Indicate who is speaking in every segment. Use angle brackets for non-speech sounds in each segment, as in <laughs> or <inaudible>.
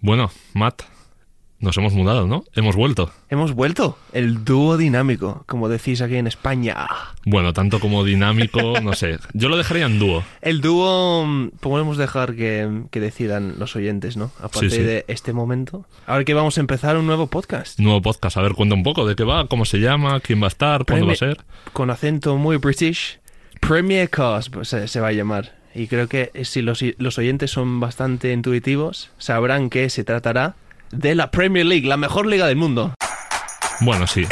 Speaker 1: Bueno, Matt, nos hemos mudado, ¿no? Hemos vuelto.
Speaker 2: Hemos vuelto. El dúo dinámico, como decís aquí en España.
Speaker 1: Bueno, tanto como
Speaker 2: <laughs>
Speaker 1: dinámico, no sé. Yo lo dejaría en dúo.
Speaker 2: El dúo mm, podemos dejar que, que decidan los oyentes, ¿no? A partir
Speaker 1: sí.
Speaker 2: de este momento. Ahora que vamos a empezar un nuevo podcast.
Speaker 1: Nuevo podcast, a ver, cuenta un poco de qué va, cómo se llama, quién va a estar, cuándo va a
Speaker 2: Premier-
Speaker 1: ser.
Speaker 2: Con acento muy british. Premier Cars pues, se, se va a llamar. Y creo que eh, si los, los oyentes son bastante intuitivos, sabrán que se tratará de la Premier League, la mejor liga del mundo.
Speaker 1: Bueno, sí.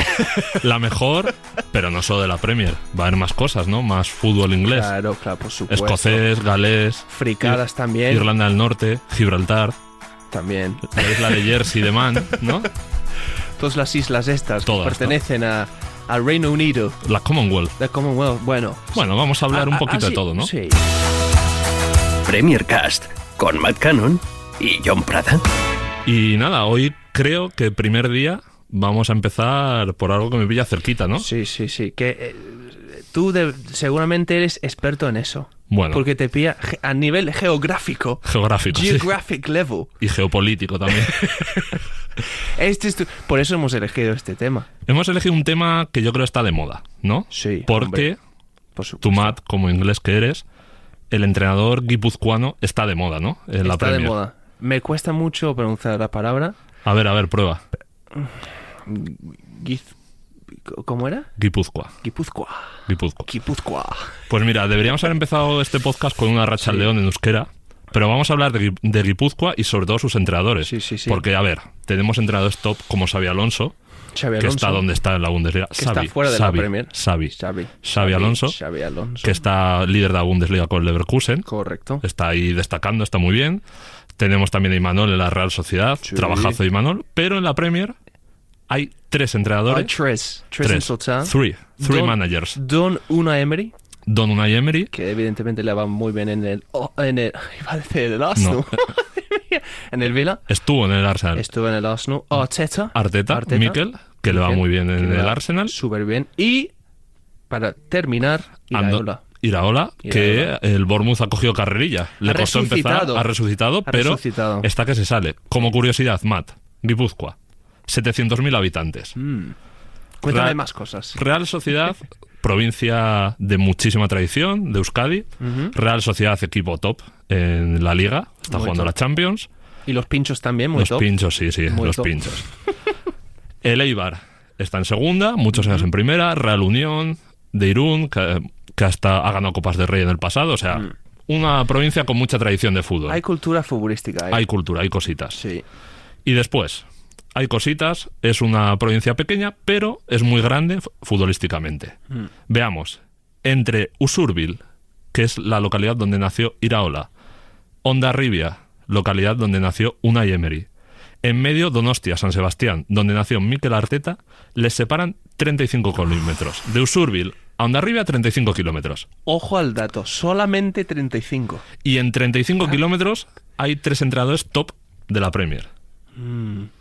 Speaker 1: La mejor, pero no solo de la Premier. Va a haber más cosas, ¿no? Más fútbol inglés.
Speaker 2: Claro, claro, por supuesto.
Speaker 1: Escocés, galés,
Speaker 2: Fricadas también.
Speaker 1: Irlanda del Norte, Gibraltar,
Speaker 2: También.
Speaker 1: la isla de Jersey de Man, ¿no?
Speaker 2: Todas las islas estas
Speaker 1: Todas,
Speaker 2: que pertenecen a, al Reino Unido,
Speaker 1: La Commonwealth.
Speaker 2: la Commonwealth. Bueno,
Speaker 1: Bueno, vamos a hablar
Speaker 2: a-
Speaker 1: un
Speaker 2: a-
Speaker 1: poquito
Speaker 2: así-
Speaker 1: de todo, ¿no?
Speaker 2: Ah, Sí.
Speaker 3: Premier Cast con Matt Cannon y John Prada.
Speaker 1: Y nada, hoy creo que primer día vamos a empezar por algo que me pilla cerquita, ¿no?
Speaker 2: Sí, sí, sí. Que eh, tú de- seguramente eres experto en eso.
Speaker 1: Bueno.
Speaker 2: Porque te pilla ge- a nivel geográfico.
Speaker 1: Geográfico, <laughs> sí.
Speaker 2: Geographic level.
Speaker 1: Y geopolítico
Speaker 2: <laughs>
Speaker 1: también.
Speaker 2: Este es tu- Por eso hemos elegido este tema.
Speaker 1: Hemos elegido un tema que yo creo está de moda, ¿no?
Speaker 2: Sí,
Speaker 1: Porque
Speaker 2: hombre. Por
Speaker 1: tú,
Speaker 2: supuesto.
Speaker 1: Matt, como inglés que eres, el entrenador guipuzcoano está de moda, ¿no? En la
Speaker 2: Está de
Speaker 1: Premier.
Speaker 2: moda. Me cuesta mucho pronunciar la palabra.
Speaker 1: A ver, a ver, prueba.
Speaker 2: Guiz- ¿Cómo era?
Speaker 1: Guipúzcoa.
Speaker 2: Guipúzcoa.
Speaker 1: Guipúzcoa.
Speaker 2: Guipúzcoa.
Speaker 1: Pues mira, deberíamos haber empezado este podcast con una racha al león en euskera, pero vamos a hablar de, Gui- de Guipúzcoa y sobre todo sus entrenadores.
Speaker 2: Sí, sí, sí.
Speaker 1: Porque, a ver, tenemos entrenadores top como Xavi Alonso,
Speaker 2: Xavi
Speaker 1: que
Speaker 2: Alonso.
Speaker 1: está donde está en la Bundesliga.
Speaker 2: Que
Speaker 1: Xavi,
Speaker 2: está fuera de
Speaker 1: Xavi,
Speaker 2: la Premier.
Speaker 1: Xavi.
Speaker 2: Xavi.
Speaker 1: Xavi Alonso,
Speaker 2: Xavi Alonso.
Speaker 1: que está líder de la Bundesliga con Leverkusen.
Speaker 2: Correcto.
Speaker 1: Está ahí destacando, está muy bien. Tenemos también a Imanol en la Real Sociedad,
Speaker 2: Sí.
Speaker 1: trabajazo de Imanol, pero en la Premier hay tres entrenadores.
Speaker 2: Ah, tres. Tres, en
Speaker 1: tres.
Speaker 2: total.
Speaker 1: Three. Three
Speaker 2: ah. Don-
Speaker 1: managers.
Speaker 2: Don Una Emery,
Speaker 1: Don Unai Emery,
Speaker 2: que evidentemente le va muy bien en el. oh, en el <laughs> iba a decir en el Arsenal. <laughs> Madre mía. en el Vila.
Speaker 1: estuvo en el Arsenal.
Speaker 2: Estuvo en el Arsenal. Oh, Arteta.
Speaker 1: Arteta, Mikel, que le va muy bien en el Arsenal.
Speaker 2: Súper bien. Y para terminar,
Speaker 1: Ando-
Speaker 2: Iraola.
Speaker 1: Iraola, que el Bournemouth ha cogido carrerilla. Le
Speaker 2: Ha
Speaker 1: costó empezar,
Speaker 2: resucitado.
Speaker 1: ha resucitado,
Speaker 2: Ha
Speaker 1: pero
Speaker 2: resucitado.
Speaker 1: está que se sale. Como curiosidad, Matt, Guipúzcoa, 700.000 habitantes.
Speaker 2: Mm. Cuéntame
Speaker 1: Ra-
Speaker 2: más cosas.
Speaker 1: Real
Speaker 2: <laughs>
Speaker 1: Sociedad, provincia de muchísima tradición, de Euskadi. Real Sociedad, equipo top en la liga, está
Speaker 2: Muy
Speaker 1: jugando
Speaker 2: top.
Speaker 1: la Champions.
Speaker 2: Y los pinchos también, muy
Speaker 1: los
Speaker 2: top.
Speaker 1: pinchos, sí, sí,
Speaker 2: Muy
Speaker 1: los
Speaker 2: top.
Speaker 1: pinchos. <laughs> El Eibar está en segunda, muchos años en primera, Real Unión, de Irún, que, que hasta ha ganado Copas de Rey en el pasado, o sea, una provincia con mucha tradición de fútbol.
Speaker 2: Mm. Hay cultura futbolística. ahí.
Speaker 1: Hay cultura, hay cositas.
Speaker 2: Sí.
Speaker 1: Y después, hay cositas, es una provincia pequeña, pero es muy grande f- futbolísticamente. Veamos, entre Usurbil, que es la localidad donde nació Iraola, Ondarribia, localidad donde nació Unai Emery, en medio Donostia, San Sebastián, donde nació Mikel Arteta, les separan 35 kilómetros. De Usurbil a Ondarribia, 35 kilómetros.
Speaker 2: Ojo al dato, solamente 35.
Speaker 1: Y en 35 kilómetros hay tres entrenadores top de la Premier.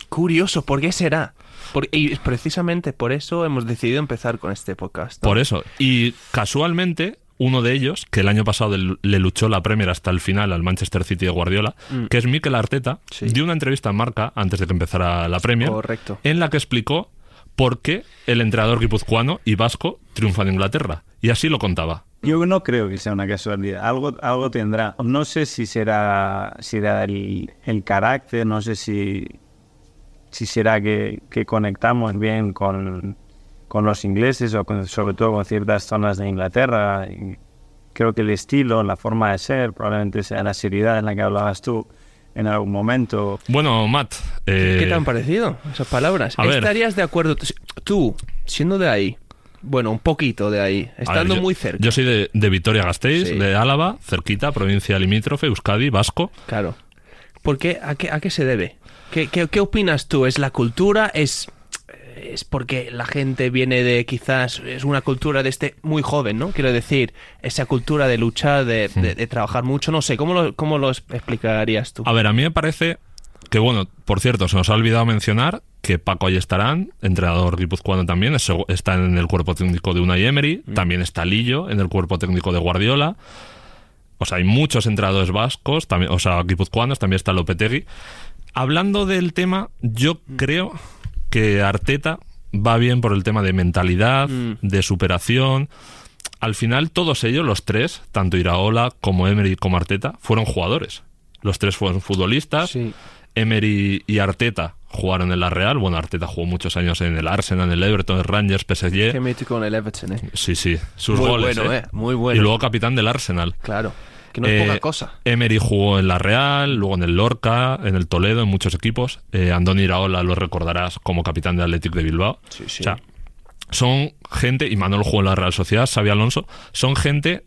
Speaker 2: Curioso, ¿por qué será? Por- y precisamente por eso hemos decidido empezar con este podcast. ¿no?
Speaker 1: Por eso. Y casualmente, uno de ellos, que el año pasado le- le luchó la Premier hasta el final al Manchester City de Guardiola, que es Mikel Arteta,
Speaker 2: Mm. Sí.
Speaker 1: dio una entrevista en Marca antes de que empezara la Premier,
Speaker 2: Correcto.
Speaker 1: en la que explicó por qué el entrenador guipuzcoano y vasco triunfa en Inglaterra. Y así lo contaba.
Speaker 4: Yo no creo que sea una casualidad, algo, algo tendrá. No sé si será, será el, el carácter, no sé si, si será que, que conectamos bien con, con los ingleses o con- sobre todo con ciertas zonas de Inglaterra. Y creo que el estilo, la forma de ser, probablemente sea la seriedad en la que hablabas tú en algún momento.
Speaker 1: Bueno, Matt, eh,
Speaker 2: ¿Qué te han parecido esas palabras?
Speaker 1: a ver.
Speaker 2: ¿Estarías de acuerdo t- tú, siendo de ahí? Bueno, un poquito de ahí,
Speaker 1: a ver,
Speaker 2: estando
Speaker 1: yo-
Speaker 2: muy cerca.
Speaker 1: Yo soy de, de Vitoria-Gasteiz,
Speaker 2: Sí.
Speaker 1: de Álava, cerquita, provincia limítrofe, Euskadi, Vasco.
Speaker 2: Claro. ¿Por qué? ¿A qué, a qué se debe? ¿Qué, qué, qué opinas tú? ¿Es la cultura? ¿Es, ¿Es porque la gente viene de quizás... Es una cultura de este muy joven, ¿no? Quiero decir, esa cultura de luchar, de, de- de trabajar mucho, no sé, ¿cómo lo, cómo lo explicarías tú?
Speaker 1: A ver, a mí me parece que, bueno, por cierto, se nos ha olvidado mencionar que Paco Ayestarán, entrenador guipuzcoano también, es seg- está en el cuerpo técnico de Unai Emery, también está Lillo en el cuerpo técnico de Guardiola. O sea, hay muchos entrenadores vascos, también, o sea, guipuzcoanos, también está Lopetegui. Hablando del tema, yo
Speaker 2: Mm.
Speaker 1: creo que Arteta va bien por el tema de mentalidad,
Speaker 2: Mm.
Speaker 1: de superación. Al final, todos ellos, los tres, tanto Iraola como Emery como Arteta, fueron jugadores. Los tres fueron futbolistas.
Speaker 2: Sí.
Speaker 1: Emery y Arteta jugaron en la Real. Bueno, Arteta jugó muchos años en el Arsenal, en el Everton, en Rangers,
Speaker 2: Qué
Speaker 1: PSG.
Speaker 2: mítico en el Everton, ¿eh?
Speaker 1: Sí, sí, sus
Speaker 2: Muy
Speaker 1: goles.
Speaker 2: bueno,
Speaker 1: ¿eh?
Speaker 2: ¿eh? Muy bueno.
Speaker 1: Y luego capitán del Arsenal.
Speaker 2: Claro. Que no
Speaker 1: Eh,
Speaker 2: es poca cosa.
Speaker 1: Emery jugó en la Real, luego en el Lorca, en el Toledo, en muchos equipos. Eh, Andoni Iraola lo recordarás como capitán del Athletic de Bilbao.
Speaker 2: Sí, sí.
Speaker 1: O sea, son gente, y Manuel jugó en la Real Sociedad, Xavi Alonso, son gente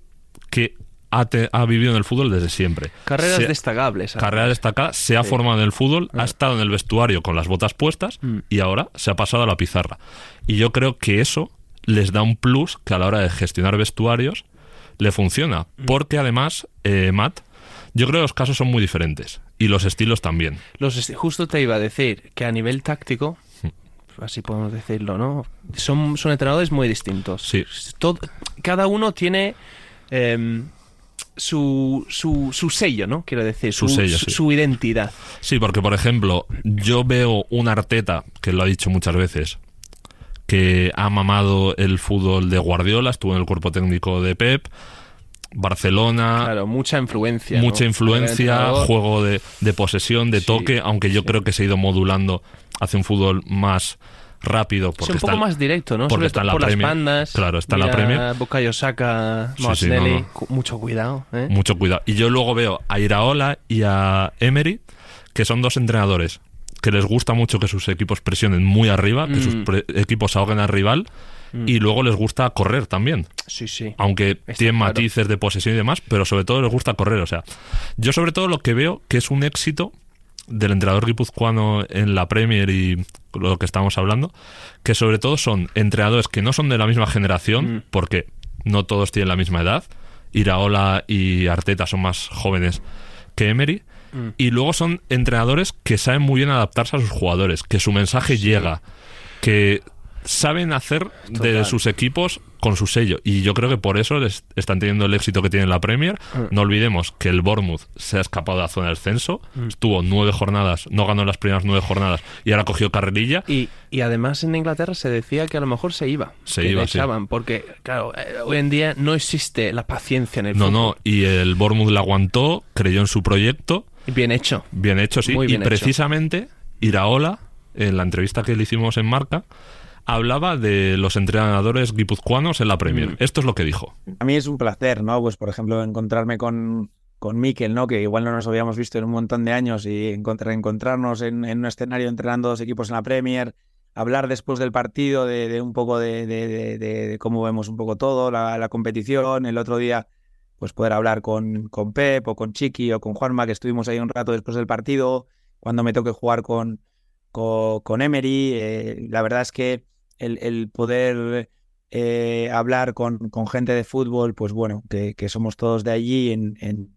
Speaker 1: que ha, te- ha vivido en el fútbol desde siempre.
Speaker 2: Carreras
Speaker 1: Se-
Speaker 2: destacables. ¿sabes?
Speaker 1: carrera destacada, se ha formado en el fútbol, ha estado en el vestuario con las botas puestas y ahora se ha pasado a la pizarra. Y yo creo que eso les da un plus que a la hora de gestionar vestuarios le funciona. Porque además, eh, Matt, yo creo que los casos son muy diferentes y los estilos también.
Speaker 2: Los est- justo te iba a decir que a nivel táctico, así podemos decirlo, ¿no? Son, son entrenadores muy distintos.
Speaker 1: Sí.
Speaker 2: Tod- cada uno tiene em, su, su, su sello, ¿no? Quiero decir,
Speaker 1: Su sello, sí.
Speaker 2: su identidad.
Speaker 1: Sí, porque por ejemplo, yo veo un Arteta, que lo ha dicho muchas veces, que ha mamado el fútbol de Guardiola, estuvo en el cuerpo técnico de Pep, Barcelona,
Speaker 2: Claro, mucha influencia.
Speaker 1: Ah. mucha
Speaker 2: ¿no? Del
Speaker 1: influencia,
Speaker 2: entrenador.
Speaker 1: juego de, de posesión, de
Speaker 2: Sí,
Speaker 1: toque, aunque yo creo que se ha ido modulando hacia un fútbol más rápido.
Speaker 2: Sí,
Speaker 1: Porque
Speaker 2: un poco
Speaker 1: está-
Speaker 2: más directo, ¿no?
Speaker 1: porque
Speaker 2: Sobre
Speaker 1: está
Speaker 2: todo
Speaker 1: en la
Speaker 2: por las
Speaker 1: Premier.
Speaker 2: bandas.
Speaker 1: Claro, está en la
Speaker 2: mira
Speaker 1: Premier.
Speaker 2: Bukayo Saka,
Speaker 1: Sí, sí, no,
Speaker 2: Martinelli,
Speaker 1: no.
Speaker 2: cu- mucho cuidado, ¿eh?
Speaker 1: Mucho cuidado. Y yo luego veo a Iraola y a Emery, que son dos entrenadores que les gusta mucho que sus equipos presionen muy arriba, que sus
Speaker 2: Mm.
Speaker 1: pre- equipos ahoguen al rival, Mm. y Ah. luego les gusta correr también.
Speaker 2: Sí, sí.
Speaker 1: aunque tienen
Speaker 2: claro.
Speaker 1: matices de posesión y demás, pero sobre todo les gusta correr. O sea, yo sobre todo lo que veo que es un éxito del entrenador guipuzcoano en la Premier y lo que estamos hablando, que sobre todo son entrenadores que no son de la misma
Speaker 2: Mm.
Speaker 1: generación, porque no todos tienen la misma edad. Iraola y Arteta son más jóvenes que Emery.
Speaker 2: Mm.
Speaker 1: Y luego son entrenadores que saben muy bien adaptarse a sus jugadores, que su mensaje llega, que saben hacer de
Speaker 2: Total.
Speaker 1: sus equipos con su sello. Y yo creo que por eso les están teniendo el éxito que tiene la Premier.
Speaker 2: Ah.
Speaker 1: No olvidemos que el Bournemouth se ha escapado de la zona del censo.
Speaker 2: Mm.
Speaker 1: Estuvo nueve jornadas, no ganó las primeras nueve jornadas y ahora cogió carrerilla.
Speaker 2: Y, y además en Inglaterra se decía que a lo mejor se iba.
Speaker 1: Se
Speaker 2: que
Speaker 1: iba,
Speaker 2: le
Speaker 1: sí.
Speaker 2: echaban, Porque, claro, eh, hoy en día no existe la paciencia en el
Speaker 1: No,
Speaker 2: fútbol.
Speaker 1: no, y el Bournemouth la aguantó, creyó en su proyecto.
Speaker 2: Y Bien hecho.
Speaker 1: Bien hecho, sí.
Speaker 2: Muy bien
Speaker 1: y
Speaker 2: hecho.
Speaker 1: precisamente Iraola, en la entrevista que le hicimos en Marca, hablaba de los entrenadores guipuzcoanos en la Premier.
Speaker 2: Mm.
Speaker 1: Esto es lo que dijo.
Speaker 5: A mí es un placer, ¿no? Pues, por ejemplo, encontrarme con, con Mikel, ¿no? Que igual no nos habíamos visto en un montón de años y encontrar, encontrarnos en, en un escenario entrenando dos equipos en la Premier, hablar después del partido de, de un poco de, de- de- de- de cómo vemos un poco todo, la, la competición. El otro día, pues poder hablar con, con Pep o con Chiqui o con Juanma, que estuvimos ahí un rato después del partido, cuando me toque jugar con, con, con Emery. eh, la verdad es que el, el poder eh, hablar con, con gente de fútbol, pues bueno, que, que somos todos de allí en, en,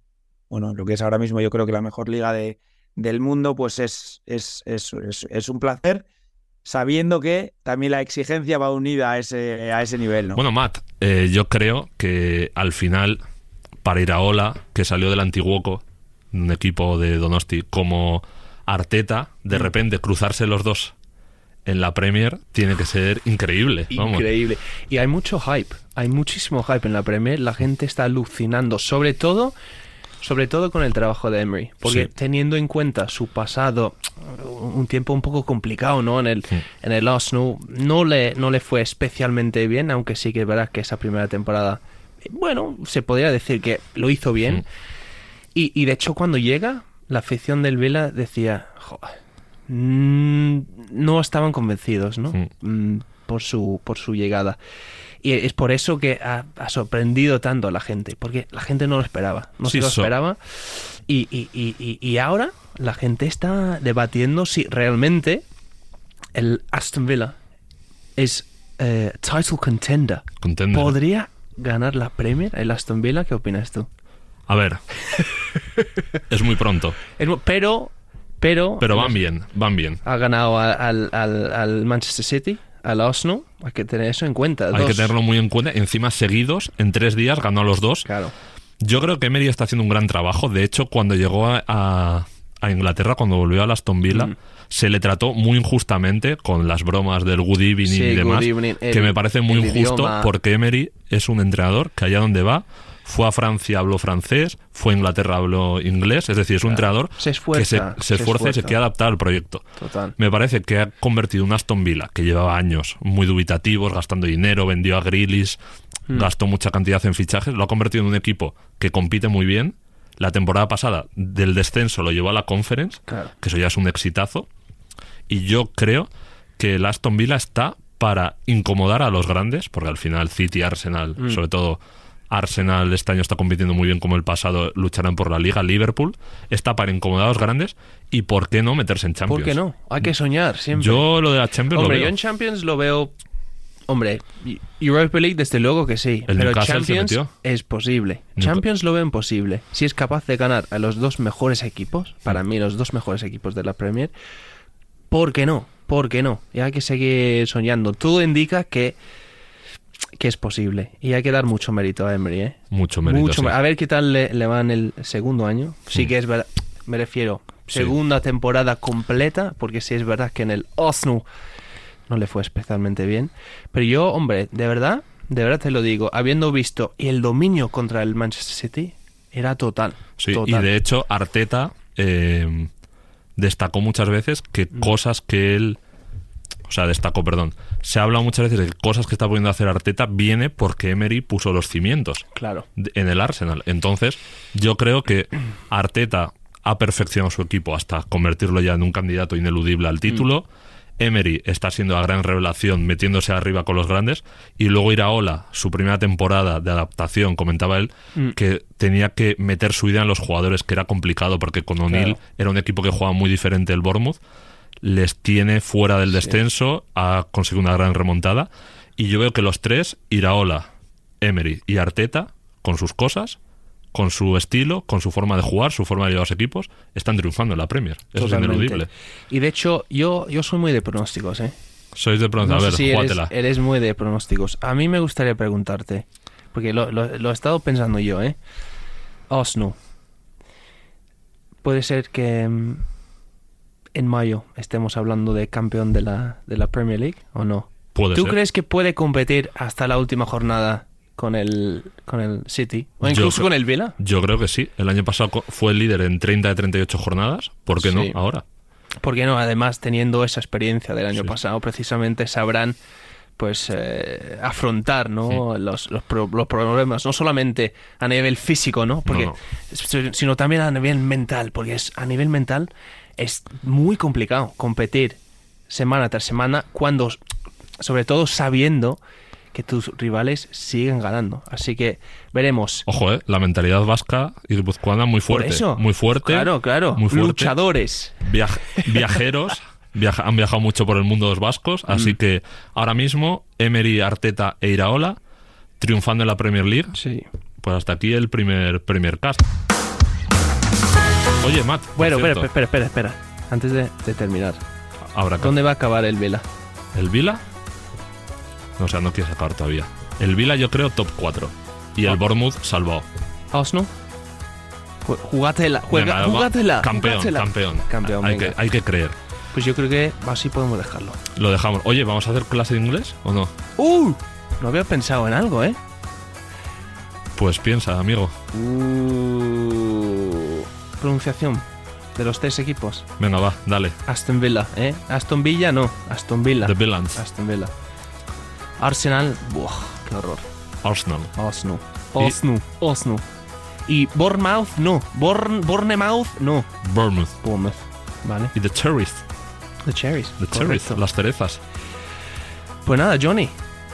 Speaker 5: bueno, lo que es ahora mismo yo creo que la mejor liga de, del mundo, pues es, es, es, es, es un placer, sabiendo que también la exigencia va unida a ese, a ese nivel, ¿no?
Speaker 1: Bueno, Matt, eh, yo creo que al final, para Iraola, que salió del Antiguoco, un equipo de Donosti, como Arteta, de
Speaker 2: Mm.
Speaker 1: repente cruzarse los dos en la Premier tiene que ser increíble. vamos.
Speaker 2: Increíble. Y hay mucho hype. Hay muchísimo hype en la Premier. La gente está alucinando. Sobre todo. Sobre todo con el trabajo de Emery, porque
Speaker 1: Sí.
Speaker 2: teniendo en cuenta su pasado, un tiempo un poco complicado, ¿no? En el,
Speaker 1: Sí.
Speaker 2: en el Arsenal no le, no le fue especialmente bien, aunque sí que es verdad que esa primera temporada, eh, bueno, se podría decir que lo hizo bien.
Speaker 1: mm,
Speaker 2: Y, y de hecho, cuando llega, la afición del Vela decía, "Joder, mm, no estaban convencidos, ¿no?
Speaker 1: Sí.
Speaker 2: Mm, por, su, por su llegada. Y es por eso que ha, ha sorprendido tanto a la gente, porque la gente no lo esperaba, no
Speaker 1: Sí,
Speaker 2: se lo
Speaker 1: so-
Speaker 2: esperaba. Y, y- y- y- y ahora la gente está debatiendo si realmente el Aston Villa es eh, title contender.
Speaker 1: Contender.
Speaker 2: ¿Podría ganar la Premier el Aston Villa? ¿Qué opinas tú?
Speaker 1: A ver,
Speaker 2: <laughs>
Speaker 1: es muy pronto,
Speaker 2: Es mu- Pero, pero,
Speaker 1: pero van bien, van bien.
Speaker 2: ha ganado a- al, al- al Manchester City, al Arsenal. Hay que tener eso en cuenta.
Speaker 1: Hay que
Speaker 2: Dos.
Speaker 1: tenerlo muy en cuenta. Encima, seguidos, en tres días ganó a los dos.
Speaker 2: Claro.
Speaker 1: Yo creo que Emery está haciendo un gran trabajo. De hecho, cuando llegó a, a- a Inglaterra cuando volvió a Aston Villa,
Speaker 2: Mm.
Speaker 1: se le trató muy injustamente con las bromas del good evening
Speaker 2: Sí,
Speaker 1: y
Speaker 2: good
Speaker 1: demás,
Speaker 2: evening, el-
Speaker 1: que me parece muy
Speaker 2: el
Speaker 1: injusto
Speaker 2: idioma.
Speaker 1: porque Emery es un entrenador que allá donde va fue a Francia, habló francés, fue a Inglaterra, habló inglés, es decir, es un entrenador
Speaker 2: Se
Speaker 1: que se,
Speaker 2: esfuerza,
Speaker 1: se
Speaker 2: se
Speaker 1: esfuerza y se
Speaker 2: esfuerza.
Speaker 1: quiere adaptar al proyecto.
Speaker 2: Total.
Speaker 1: Me parece que ha convertido un Aston Villa que llevaba años muy dubitativos, gastando dinero, vendió a Grealish,
Speaker 2: Hmm.
Speaker 1: gastó mucha cantidad en fichajes, lo ha convertido en un equipo que compite muy bien. La temporada pasada del descenso lo llevó a la Conference,
Speaker 2: Claro.
Speaker 1: que eso ya es un exitazo. Y yo creo que el Aston Villa está para incomodar a los grandes, porque al final City, Arsenal,
Speaker 2: Hmm.
Speaker 1: sobre todo Arsenal este año está compitiendo muy bien como el pasado, lucharán por la liga, Liverpool, está para incomodar a los grandes y por qué no meterse en Champions.
Speaker 2: ¿Por qué no? Hay que soñar siempre.
Speaker 1: Yo lo de la Champions
Speaker 2: Hombre,
Speaker 1: lo
Speaker 2: yo
Speaker 1: veo.
Speaker 2: en Champions lo veo. Hombre, Europa League desde luego que sí.
Speaker 1: El
Speaker 2: pero
Speaker 1: Newcastle se
Speaker 2: Champions
Speaker 1: metió.
Speaker 2: es posible.
Speaker 1: Newca-
Speaker 2: Champions lo veo imposible. Si es capaz de ganar a los dos mejores equipos, para mí los dos mejores equipos de la Premier, ¿por qué no? ¿Por qué no? Y hay que seguir soñando. Todo indica que, que es posible. Y hay que dar mucho mérito a Emery, ¿eh?
Speaker 1: Mucho mérito, sí.
Speaker 2: mé- A ver qué tal le, le va en el segundo año. Sí
Speaker 1: Mm.
Speaker 2: que es verdad, me refiero,
Speaker 1: Sí.
Speaker 2: segunda temporada completa, porque sí es verdad que en el Osnu no le fue especialmente bien. Pero yo, hombre, de verdad, de verdad te lo digo, habiendo visto el dominio contra el Manchester City, era total.
Speaker 1: Sí, y
Speaker 2: total.
Speaker 1: de hecho Arteta eh, destacó muchas veces que
Speaker 2: Mm.
Speaker 1: cosas que él... O sea, destacó, perdón. Se ha hablado muchas veces de que cosas que está poniendo a hacer Arteta viene porque Emery puso los cimientos
Speaker 2: Claro.
Speaker 1: de- en el Arsenal. Entonces, yo creo que Arteta ha perfeccionado su equipo hasta convertirlo ya en un candidato ineludible al título. Emery está siendo la gran revelación, metiéndose arriba con los grandes. Y luego Iraola, su primera temporada de adaptación, comentaba él, que tenía que meter su idea en los jugadores, que era complicado porque con O'Neill era un equipo que jugaba muy diferente el Bournemouth. Les tiene fuera del descenso, ha conseguido una gran remontada. Y yo veo que los tres, Iraola, Emery y Arteta, con sus cosas, con su estilo, con su forma de jugar, su forma de llevar a los equipos, están triunfando en la Premier. Eso
Speaker 2: totalmente.
Speaker 1: es ineludible.
Speaker 2: Y de hecho, yo, yo soy muy de pronósticos, ¿eh?
Speaker 1: Sois de pronto,
Speaker 2: No
Speaker 1: a
Speaker 2: sé
Speaker 1: ver,
Speaker 2: si eres,
Speaker 1: jugátela.
Speaker 2: eres muy de pronósticos. A mí me gustaría preguntarte, porque lo, lo- lo he estado pensando yo, ¿eh? Osnu. Puede ser que mm, en mayo estemos hablando de campeón de la, de la Premier League o no.
Speaker 1: Puede
Speaker 2: ¿Tú
Speaker 1: ser.
Speaker 2: crees que puede competir hasta la última jornada con el, con el City? O
Speaker 1: Yo
Speaker 2: incluso
Speaker 1: creo-
Speaker 2: con el Vila.
Speaker 1: Yo creo que sí. El año pasado co- fue el líder en 30 de 38 jornadas. ¿Por qué
Speaker 2: Sí.
Speaker 1: no ahora?
Speaker 2: ¿Por qué no? Además, teniendo esa experiencia del año
Speaker 1: Sí.
Speaker 2: pasado, precisamente sabrán pues eh, afrontar ¿no? los, los, pro- los problemas, no solamente a nivel físico, ¿no? Porque,
Speaker 1: No, no.
Speaker 2: si- sino también a nivel mental, porque es, a nivel mental es muy complicado competir semana tras semana cuando, sobre todo sabiendo que tus rivales siguen ganando. Así que veremos.
Speaker 1: Ojo, eh, la mentalidad vasca y guipuzcoana muy
Speaker 2: Por
Speaker 1: fuerte.
Speaker 2: eso.
Speaker 1: Muy fuerte.
Speaker 2: Claro, claro.
Speaker 1: Muy fuerte.
Speaker 2: Luchadores.
Speaker 1: Viaj- viajeros. viaja- han viajado mucho por el mundo los vascos.
Speaker 2: Mm.
Speaker 1: Así que ahora mismo, Emery, Arteta e Iraola triunfando en la Premier League.
Speaker 2: Sí.
Speaker 1: Pues hasta aquí el primer, primer cast. Oye, Matt. por
Speaker 2: Bueno, espera,
Speaker 1: cierto,
Speaker 2: espera, espera, espera. Antes de, de terminar,
Speaker 1: Habrá que-
Speaker 2: ¿dónde va a acabar el Vela?
Speaker 1: ¿El Vila? No, o sea, no quiere sacar todavía. El Vila, yo creo, top 4. Y
Speaker 2: Ah.
Speaker 1: el Bournemouth, salvado.
Speaker 2: ¿Osno? Jugatela, juega,
Speaker 1: Venga, va.
Speaker 2: jugatela.
Speaker 1: Campeón,
Speaker 2: jugatela.
Speaker 1: campeón.
Speaker 2: Campeón,
Speaker 1: hay, que,
Speaker 2: venga.
Speaker 1: hay que creer.
Speaker 2: Pues yo creo que así podemos dejarlo.
Speaker 1: Lo dejamos. Oye, ¿vamos a hacer clase de inglés o no?
Speaker 2: ¡Uh! No había pensado en algo, ¿eh?
Speaker 1: Pues piensa, amigo.
Speaker 2: ¡Uh! Pronunciación de los tres equipos.
Speaker 1: Venga, va, dale.
Speaker 2: Aston Villa, ¿eh? Aston Villa no, Aston Villa.
Speaker 1: The Villains.
Speaker 2: Aston Villa. Arsenal, ¡buah! ¡Qué horror!
Speaker 1: Arsenal.
Speaker 2: Osnu. Osnu. Osnu. Y Bournemouth, no. Born, Bournemouth, no.
Speaker 1: Bournemouth.
Speaker 2: Bournemouth. ¿Vale?
Speaker 1: Y The Cherries.
Speaker 2: The Cherries.
Speaker 1: The Cherries.
Speaker 2: correcto.
Speaker 1: Las cerezas.
Speaker 2: Pues nada, Johnny.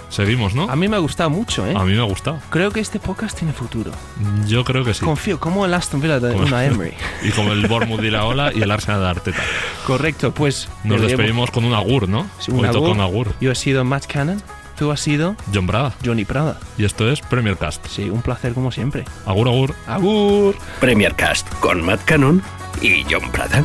Speaker 1: Seguimos, ¿no?
Speaker 2: A mí me ha gustado mucho, ¿eh?
Speaker 1: A mí me ha gustado.
Speaker 2: Creo que este podcast tiene futuro.
Speaker 1: Yo creo que sí.
Speaker 2: Confío, como el Aston Villa de
Speaker 1: Como-
Speaker 2: una Emery.
Speaker 1: Y como el Bournemouth de la ola y el Arsenal de Arteta.
Speaker 2: <laughs> Correcto, pues.
Speaker 1: Nos despedimos con un agur, ¿no?
Speaker 2: Sí, un
Speaker 1: Hoy toca
Speaker 2: agur.
Speaker 1: un agur.
Speaker 2: Yo he sido Matt Cannon. Tú has sido
Speaker 1: John Brada.
Speaker 2: Johnny Prada.
Speaker 1: Y esto es Premier Cast.
Speaker 2: Sí, un placer como siempre.
Speaker 1: Agur, agur.
Speaker 2: ¡Agur!
Speaker 3: Premier Cast con Matt Cannon y John Prada.